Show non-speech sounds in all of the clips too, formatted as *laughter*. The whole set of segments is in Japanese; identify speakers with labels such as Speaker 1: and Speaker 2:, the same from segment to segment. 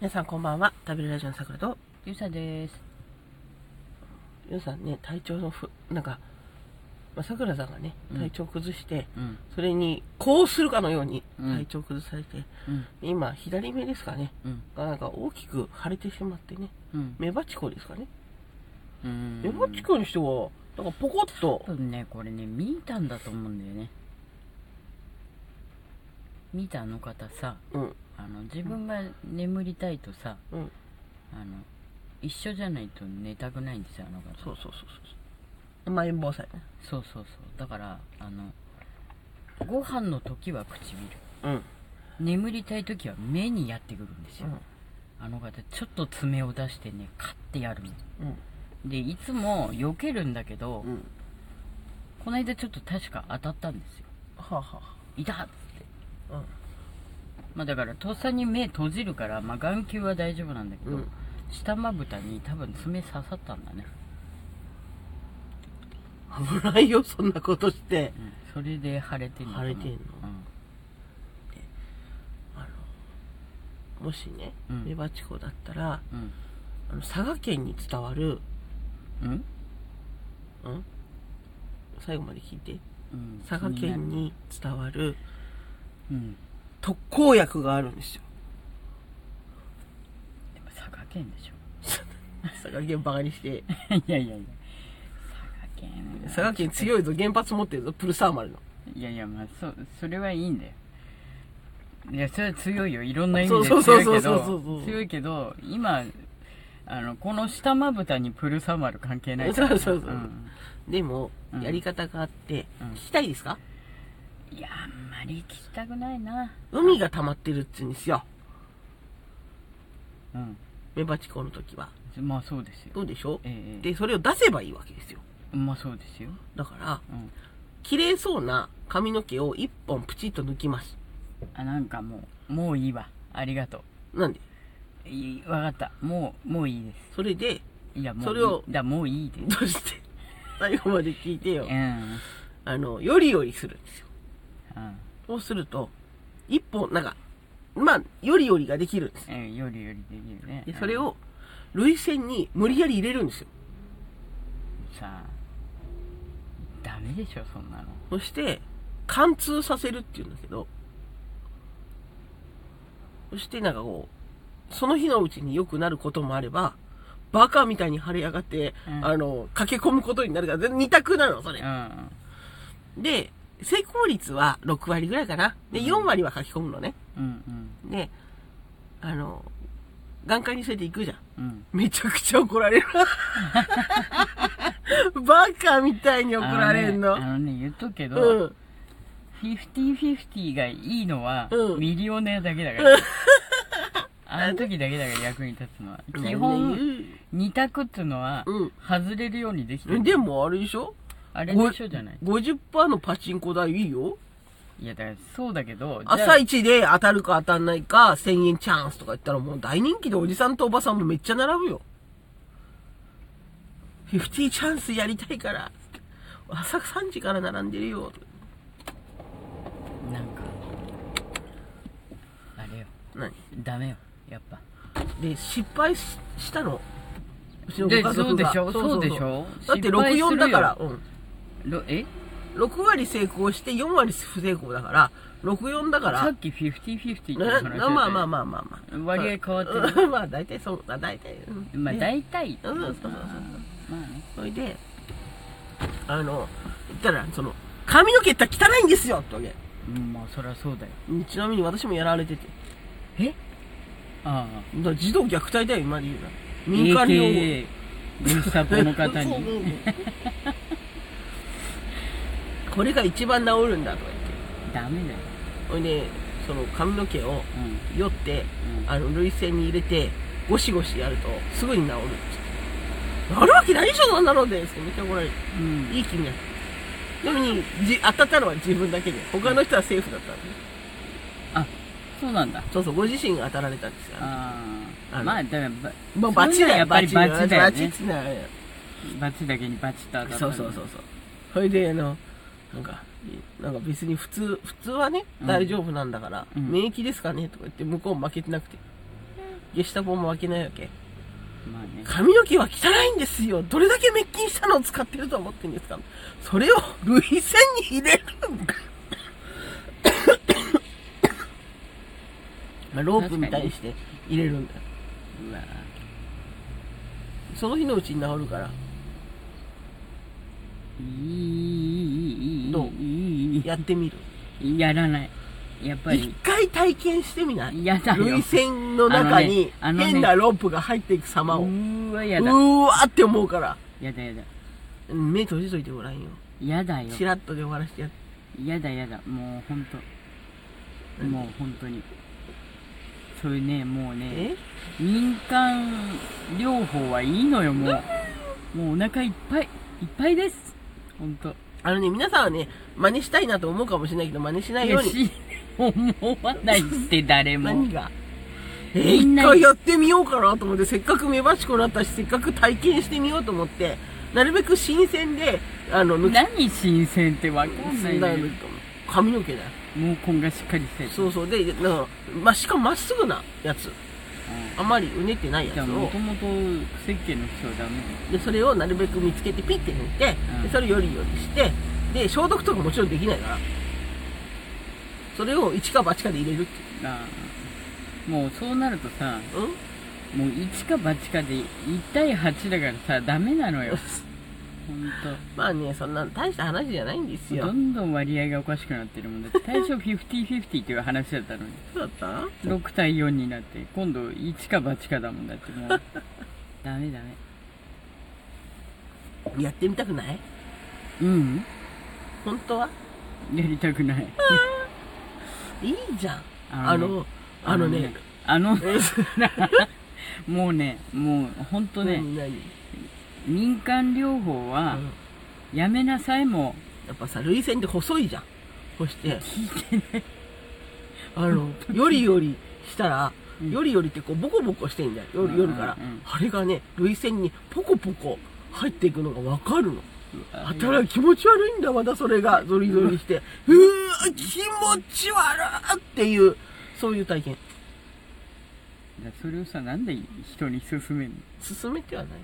Speaker 1: 皆さんこんばんは。W ラジオの桜と、
Speaker 2: ゆうさんです。
Speaker 1: ようさんね、体調のふ、なんか、まあ、桜さんがね、
Speaker 2: うん
Speaker 1: 体調崩して、
Speaker 2: うん。
Speaker 1: それに、こうするかのように、
Speaker 2: うん
Speaker 1: 体調崩されて、
Speaker 2: うん。
Speaker 1: 今、左目ですかね、
Speaker 2: うん。
Speaker 1: がなんか大きく腫れてしまってね、
Speaker 2: うん。
Speaker 1: 目バチコですかね。
Speaker 2: うん
Speaker 1: 目バチコにしては、なんかポコッと
Speaker 2: 多、分ね、これね、見たんだと思うんだよね。見たあの方さ、
Speaker 1: うん、
Speaker 2: あの、自分が眠りたいとさ、
Speaker 1: うん、
Speaker 2: あの、一緒じゃないと寝たくないんですよ、あの方。
Speaker 1: そうそうそうそう。まん延防災ね。
Speaker 2: そうそうそう。だから、あの、ご飯の時は唇。
Speaker 1: うん、
Speaker 2: 眠りたい時は目にやってくるんです
Speaker 1: う
Speaker 2: よ。
Speaker 1: ん、
Speaker 2: あの方、ちょっと爪を出してね、カッてやるの。
Speaker 1: うん、
Speaker 2: で、いつも避けるんだけど、
Speaker 1: うん。
Speaker 2: この間ちょっと確か当たったんですよ
Speaker 1: はあ、は
Speaker 2: 痛っつって
Speaker 1: あ、
Speaker 2: まあだからとっさに目閉じるから、まあ、眼球は大丈夫なんだけど、
Speaker 1: うん
Speaker 2: 下まぶたに多分爪刺さったんだね、
Speaker 1: うん。危ないよ、そんなことして。
Speaker 2: うんそれで腫れてんのかな
Speaker 1: 腫れてんのあのもしね、
Speaker 2: うん
Speaker 1: メバチコだったら
Speaker 2: うん
Speaker 1: あの佐賀県に伝わる、
Speaker 2: うんうん、
Speaker 1: うん、最後まで聞いて
Speaker 2: うん、
Speaker 1: 佐賀
Speaker 2: 気になる
Speaker 1: 県に伝わる
Speaker 2: うん
Speaker 1: 特効薬があるんですよ
Speaker 2: でも佐賀県でしょ *laughs*
Speaker 1: 佐賀県バカにして
Speaker 2: いやいやいや佐賀県
Speaker 1: 佐賀県強いぞ原発持ってるぞプルサーマルの
Speaker 2: いやいやまあそそれはいいんだよいやそれは強いよいろんな意味で
Speaker 1: そうそ
Speaker 2: 強
Speaker 1: う
Speaker 2: い
Speaker 1: そう
Speaker 2: け
Speaker 1: そうそうそ
Speaker 2: ど
Speaker 1: う
Speaker 2: 強いけど今あのこの下まぶたにプルサマル関係ないから
Speaker 1: そうそうそう
Speaker 2: うん
Speaker 1: でも、
Speaker 2: うん
Speaker 1: やり方があって、
Speaker 2: うん
Speaker 1: 聞きたいですか
Speaker 2: いやあんまり聞きたくないな
Speaker 1: 海が溜まってるっつうんですよ
Speaker 2: うん
Speaker 1: メバチコの時は
Speaker 2: まあそうですよ
Speaker 1: どうでしょう
Speaker 2: ええ
Speaker 1: でそれを出せばいいわけですよ
Speaker 2: まあそうですよ
Speaker 1: だから
Speaker 2: うん
Speaker 1: 綺麗そうな髪の毛を一本プチッと抜きます
Speaker 2: あなんかもうもういいわありがと
Speaker 1: なんで
Speaker 2: ういいわかったもうもういいで
Speaker 1: それです
Speaker 2: いやもういい
Speaker 1: それを
Speaker 2: だもういい
Speaker 1: *laughs*
Speaker 2: です
Speaker 1: どうして最後まで聞いて
Speaker 2: う
Speaker 1: よ
Speaker 2: ん、う。ん、
Speaker 1: あの、よりよりするんですよ。そうすると、一本、なんか、まあ、よりよりができるんです。
Speaker 2: うんよりよりできるね
Speaker 1: で、それを、涙腺に無理やり入れるんですよ。
Speaker 2: さあダメでしょそんなの
Speaker 1: そして、貫通させるっていうんだけど、そしてなんかこう、その日のうちに良くなることもあれば、バカみたいに腫れ上がって、
Speaker 2: うん
Speaker 1: あの、駆け込むことになるから、全二択なの、それ。
Speaker 2: うん
Speaker 1: で、成功率は6割ぐらいかな。で、
Speaker 2: うん
Speaker 1: 4割は書き込むのね。
Speaker 2: うん
Speaker 1: で、あの、眼科に連れて行くじゃん。
Speaker 2: うんうん
Speaker 1: めちゃくちゃ怒
Speaker 2: *laughs*
Speaker 1: られる。バカみたいに怒られんの。
Speaker 2: あのねあのね言っとくけど、
Speaker 1: うん。
Speaker 2: 50-50がいいのは、
Speaker 1: うん
Speaker 2: ミリオネアだけだ
Speaker 1: *laughs*
Speaker 2: から。あの時だけだから役に立つのは。基本、二択っていうのは、外れるようにできて
Speaker 1: うん。
Speaker 2: る。
Speaker 1: でもあれでしょ
Speaker 2: あれでしょじゃない。
Speaker 1: 50%のパチンコ代いいよ。
Speaker 2: いや、だからそうだけど、じゃあ
Speaker 1: 朝一で当たるか当たんないか1000円チャンスとか言ったらもう大人気でおじさんとおばさんもめっちゃ並ぶよ。50チャンスやりたいから。朝3時から並んでるよ。
Speaker 2: なんか、あれよ、
Speaker 1: 何
Speaker 2: ダメよ、やっぱ。
Speaker 1: で、失敗ししたの。うちのご
Speaker 2: で
Speaker 1: 家族が
Speaker 2: そうでしょそうでしょ
Speaker 1: だって
Speaker 2: 失敗するよ
Speaker 1: 64だから、うん。
Speaker 2: ろえ
Speaker 1: 6割成功して4割不成功だから、64だか
Speaker 2: さ
Speaker 1: ら
Speaker 2: っ、き50-50って言った
Speaker 1: な
Speaker 2: 話だ
Speaker 1: なまあま
Speaker 2: ま
Speaker 1: あまあまあまあ。
Speaker 2: 割合変わって
Speaker 1: る。まあ大体 *laughs* そう、まあ大体。う
Speaker 2: あ。
Speaker 1: ん
Speaker 2: まあ、
Speaker 1: ね
Speaker 2: 大体。
Speaker 1: うんそうそうそう
Speaker 2: まあね。
Speaker 1: それで、あの、言ったら、その、髪の毛って汚いんですよってわけ。
Speaker 2: うんまあ、そりゃそうだよ。
Speaker 1: うんちなみに私もやられてて。
Speaker 2: えああ。
Speaker 1: だから児童虐待だよ、今で言うなら。民間療法。
Speaker 2: AKA ミスタポの方
Speaker 1: *laughs* そうそう
Speaker 2: に。
Speaker 1: そうこれが一番治るんだとか言って。
Speaker 2: ダメだよ。
Speaker 1: ほいで、その髪の毛を
Speaker 2: うん。
Speaker 1: 酔って、
Speaker 2: うん
Speaker 1: あの、涙腺に入れて、ゴシゴシやると、すぐに治るって言って。治るわけないでしょ、そんなのでってめっちゃ怒られる。
Speaker 2: うん
Speaker 1: いい気になった。なのに、じ、当たったのは自分だけで、他の人はセーフだったんで。
Speaker 2: あ、そうなんだ。
Speaker 1: そうそう、ご自身が当たられたんですよ。
Speaker 2: あ
Speaker 1: あ
Speaker 2: あ。
Speaker 1: の
Speaker 2: まあ、だからば、
Speaker 1: もうバチだよ、
Speaker 2: やっぱりバチだよ
Speaker 1: バチっ
Speaker 2: ね。
Speaker 1: つうのはね
Speaker 2: バチだけにバチった。
Speaker 1: そうそうそうそう。それで、あの、なんか、いなんか別に普通、普通はね、
Speaker 2: うん
Speaker 1: 大丈夫なんだから、
Speaker 2: うん
Speaker 1: 免疫ですかねとか言って、向こうも負けてなくて。下した棒も開けないわけ。
Speaker 2: まあね。
Speaker 1: 髪の毛は汚いんですよ。どれだけ滅菌したのを使ってると思ってんですかそれを涙腺に入れるんだ。まあ、ロープみたいにして入れるんだよ。
Speaker 2: うわ
Speaker 1: その日のうちに治るから。
Speaker 2: いい
Speaker 1: どう
Speaker 2: いい
Speaker 1: やってみる。
Speaker 2: やらない。やっぱ
Speaker 1: 一
Speaker 2: り。
Speaker 1: 回体験してみない
Speaker 2: やだよ
Speaker 1: 涙腺の中に
Speaker 2: あのねあのね
Speaker 1: 変なロープが入っていく
Speaker 2: う
Speaker 1: 様を。
Speaker 2: ーわ、
Speaker 1: う
Speaker 2: やだ。
Speaker 1: ーわーって思うから。
Speaker 2: やだやだ。
Speaker 1: うん目閉じといてごらんよ。
Speaker 2: やだよ。
Speaker 1: チラッとで終わらせてやっ
Speaker 2: やだやだ。もうほんと。もうほんとに。そういうね、もうね、
Speaker 1: て。
Speaker 2: 民間療法はいいのよ、もう。もうお腹いっぱい、いっぱいです。ほんと。
Speaker 1: あのね、皆さんはね、真似したいなと思うかもしれないけど、真似しないように。
Speaker 2: し、思わないって誰も
Speaker 1: 何。がえー
Speaker 2: みん
Speaker 1: 一
Speaker 2: な
Speaker 1: 回やってみようかなと思って、せっかく目ばしくなったし、せっかく体験してみようと思って、なるべく新鮮で、あの、抜き
Speaker 2: 何新鮮ってわかんない
Speaker 1: んだ
Speaker 2: ね
Speaker 1: よ。髪の毛だよ。
Speaker 2: 毛根がしっかりしてる。
Speaker 1: そうそう。で、なんかまあ、しかもまっすぐなやつ。あまりうねってないや
Speaker 2: じ
Speaker 1: つ
Speaker 2: ゃあ
Speaker 1: を
Speaker 2: もと。もと設計の人はダメ
Speaker 1: で、それをなるべく見つけて、ピッて抜いて、
Speaker 2: うん
Speaker 1: でそれよりよりして、で、消毒とかもちろんできないから。それを一か八かで入れるってい
Speaker 2: だああもうそうなるとさ
Speaker 1: う。うん
Speaker 2: もう一か八かで1対8だからさダメなのよほん
Speaker 1: まあね、そんな大した話じゃないんです
Speaker 2: と
Speaker 1: よ
Speaker 2: ど。んどん割合がおかしくなってるもんだって最初50-50っていう話だ *laughs* ったのに
Speaker 1: どうだっ
Speaker 2: 6対4になって今度1か八かだもんだってもう *laughs* ダメダメ
Speaker 1: たやってみたくない
Speaker 2: うん
Speaker 1: 本当は
Speaker 2: やりたくない
Speaker 1: いいじゃん。あ
Speaker 2: あの
Speaker 1: の、あのね。
Speaker 2: あの
Speaker 1: *laughs* え
Speaker 2: *laughs* もうねもうほんとね、
Speaker 1: 何何
Speaker 2: 民間療法は
Speaker 1: うん
Speaker 2: やめなさいも
Speaker 1: やっぱさ、涙腺って細いじゃん。そして、
Speaker 2: う聞いてない
Speaker 1: あ
Speaker 2: *laughs*
Speaker 1: の、よりよりしたら、
Speaker 2: うん
Speaker 1: よりよりってこう、ボコボコしてんだよ。
Speaker 2: うんう
Speaker 1: 夜
Speaker 2: んうん
Speaker 1: 夜から。あれがね、涙腺にポコポコ入っていくのがわかるの。働き気持ち悪いんだ、またそれが、ゾリゾリして。うー、気持ち悪ーっていう、そういう体験。
Speaker 2: いやそれをさなんで人に勧めんの
Speaker 1: 進めてはない。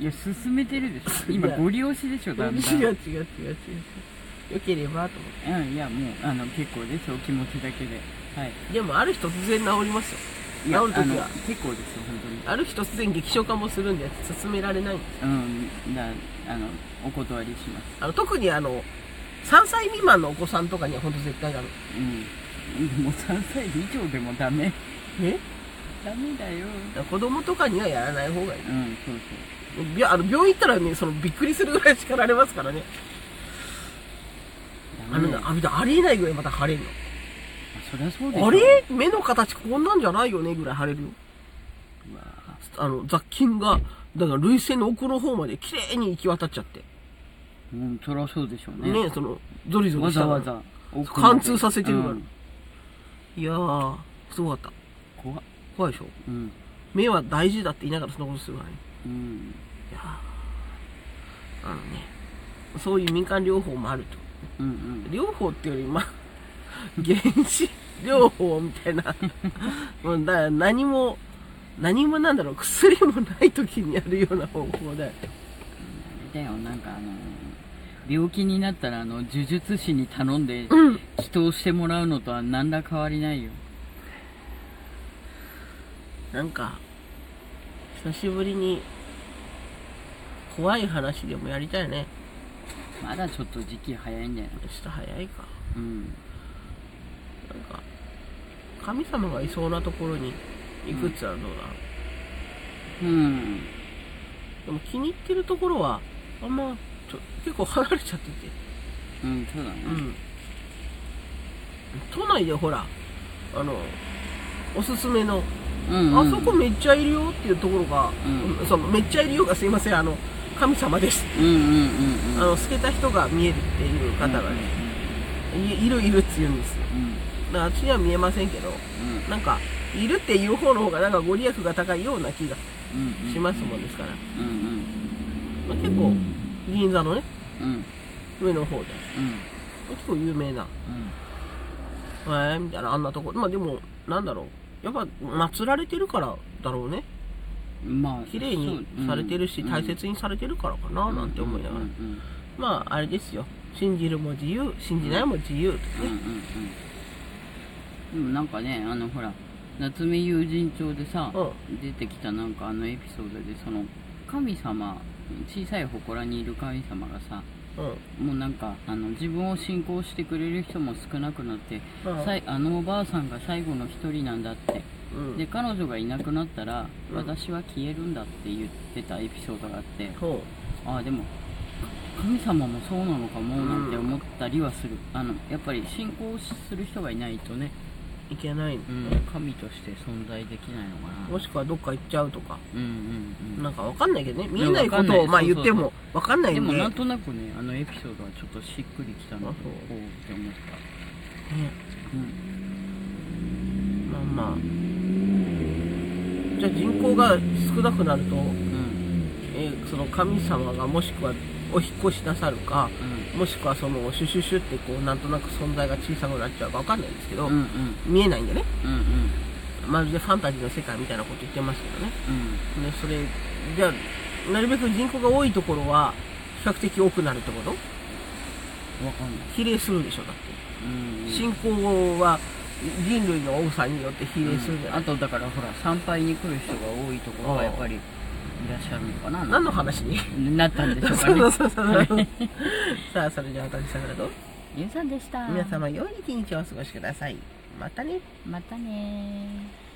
Speaker 2: いや勧めてるでしょ今
Speaker 1: *laughs* いや
Speaker 2: ご利用しでしょだんだん
Speaker 1: 違う違う違う違う違うよければと思っ
Speaker 2: うんいやもうあの結構ですよお気持ちだけではい
Speaker 1: てでもある日突然治ります
Speaker 2: い
Speaker 1: よ
Speaker 2: や
Speaker 1: 治る時は
Speaker 2: あの結構ですよ
Speaker 1: ある日突然激症化もするんで勧められないんです
Speaker 2: 本当にうんだあのお断りしま
Speaker 1: あの特にあの3歳未満のお子さんとかには本当絶対ダメ
Speaker 2: すうんもう3歳以上でもダメ
Speaker 1: え
Speaker 2: ダメだよ
Speaker 1: 子供とかにはやらない方がいい
Speaker 2: うんそう
Speaker 1: びあの病院行ったらねそのびっくりするぐらい叱られますからね
Speaker 2: そう
Speaker 1: あ
Speaker 2: ダメ
Speaker 1: のね
Speaker 2: だよ
Speaker 1: あびたありえないぐらいまた腫れる
Speaker 2: そりゃそうでし
Speaker 1: の
Speaker 2: ょ
Speaker 1: あれ目の形こんなんじゃないよねぐらい腫れるよ
Speaker 2: うわ
Speaker 1: あの雑菌がだから涙腺の奥の方まで綺麗に行き渡っちゃって
Speaker 2: うんそりゃそうでしょうね
Speaker 1: ねそのゾリゾリ
Speaker 2: わ
Speaker 1: した
Speaker 2: ざ
Speaker 1: から
Speaker 2: わざ奥まで
Speaker 1: 貫通させてるから、
Speaker 2: うん
Speaker 1: いやーすごかった
Speaker 2: 怖っ
Speaker 1: 怖いでしょ
Speaker 2: うん
Speaker 1: 目は大事だって言いながらそんなことするからね
Speaker 2: うん
Speaker 1: いやーあのねそういう民間療法もあると
Speaker 2: うんうん
Speaker 1: 療法っていうよりまあ *laughs* 原始療法みたいな *laughs* もうだから何も何もなんだろう薬もない時にやるような方法だよ
Speaker 2: だよなんかあの病気になったらあの呪術師に頼んで
Speaker 1: うん
Speaker 2: 祈祷してもらうのとは何ら変わりないよ
Speaker 1: なんか久しぶりに怖い話でもやりたいね
Speaker 2: まだちょっと時期早いんだよ
Speaker 1: ちょっと早いか
Speaker 2: うん
Speaker 1: なんか、神様がいそうなところに行くっつうのはどうだろ
Speaker 2: うん
Speaker 1: うでも気に入ってるところは、あんま、ちょ結構離れちゃってて。
Speaker 2: うんそうだね
Speaker 1: うん。都内でほら、あの、おすすめの、
Speaker 2: うん、うん、
Speaker 1: あそこめっちゃいるよっていうところが、
Speaker 2: う
Speaker 1: そのめっちゃいるよがすいません、あの、神様です。
Speaker 2: うんうんうん
Speaker 1: あの、透けた人が見えるっていう
Speaker 2: うん
Speaker 1: 方がね、いいるいるって言うんですよ。
Speaker 2: うんうん
Speaker 1: だからあっちには見えませんけど、なんか、いるっていう方の方がなんかご利益が高いような気が
Speaker 2: うんうん
Speaker 1: しますもんですから、
Speaker 2: うんうん
Speaker 1: まあ、結構銀座のね
Speaker 2: うんうん
Speaker 1: 上の方で
Speaker 2: うん
Speaker 1: 結構有名なえー、みたいなあんなとこまあでもなんだろうやっぱ祀られてるからだろうね
Speaker 2: まあ
Speaker 1: 綺麗にされてるし、大切にされてるからかななんて思いながら、まああれですよ信じるも自由信じないも自由、ね
Speaker 2: でもなんかねあのほら夏目友人帳でさ、
Speaker 1: うん
Speaker 2: 出てきたなんかあのエピソードでその神様小さい祠にいる神様がさ
Speaker 1: うん
Speaker 2: もうなんかあの自分を信仰してくれる人も少なくなって、
Speaker 1: うん
Speaker 2: さいあのおばあさんが最後の一人なんだって
Speaker 1: うん
Speaker 2: で彼女がいなくなったら、
Speaker 1: うん
Speaker 2: 私は消えるんだって言ってたエピソードがあって
Speaker 1: ほ
Speaker 2: ああでも神様もそうなのかもなんて思ったりはする、あのやっぱり信仰する人がいないとね、
Speaker 1: ういけないの、
Speaker 2: うん、神として存在できないのかな
Speaker 1: もしくはどっか行っちゃうとか、
Speaker 2: うんうん
Speaker 1: なんかわかんないけどね見えないこ
Speaker 2: いやわかん
Speaker 1: と
Speaker 2: な
Speaker 1: を
Speaker 2: い
Speaker 1: まあ
Speaker 2: そう
Speaker 1: 言
Speaker 2: そうそう
Speaker 1: ってもわかん
Speaker 2: う
Speaker 1: ない
Speaker 2: んで
Speaker 1: ん
Speaker 2: も
Speaker 1: で
Speaker 2: なんとなくねあのエピソードはちょっとしっくりきたな
Speaker 1: あ
Speaker 2: と
Speaker 1: そう
Speaker 2: こうって思った
Speaker 1: ね
Speaker 2: うん
Speaker 1: まあまあじゃあ人口が少なくなると、
Speaker 2: うん
Speaker 1: えーその神様がもしくはお引っ越しなさるかもしくはそのシュシュシュってこうなんとなく存在が小さくなっちゃうかわかんないんですけど、
Speaker 2: うんうんうん
Speaker 1: 見えないんでね
Speaker 2: うんうん
Speaker 1: まるでファンタジーの世界みたいなこと言ってますけどね
Speaker 2: うん
Speaker 1: でそれじゃあなるべく人口が多いところは比較的多くなるってこと
Speaker 2: わかんない
Speaker 1: 比例するでしょだって
Speaker 2: うん
Speaker 1: 信仰は人類の多さによって比例するじゃない、
Speaker 2: あとだからほら参拝に来る人が多いところはやっぱりいらっしゃるのかな
Speaker 1: 何の話に
Speaker 2: なったんでしょうか
Speaker 1: *laughs* そう
Speaker 2: ね
Speaker 1: そうそうそうさあそれじゃあ私さくらと
Speaker 2: ゆうさんでした
Speaker 1: 皆様良い一日をお過ごしくださいまたね
Speaker 2: またねー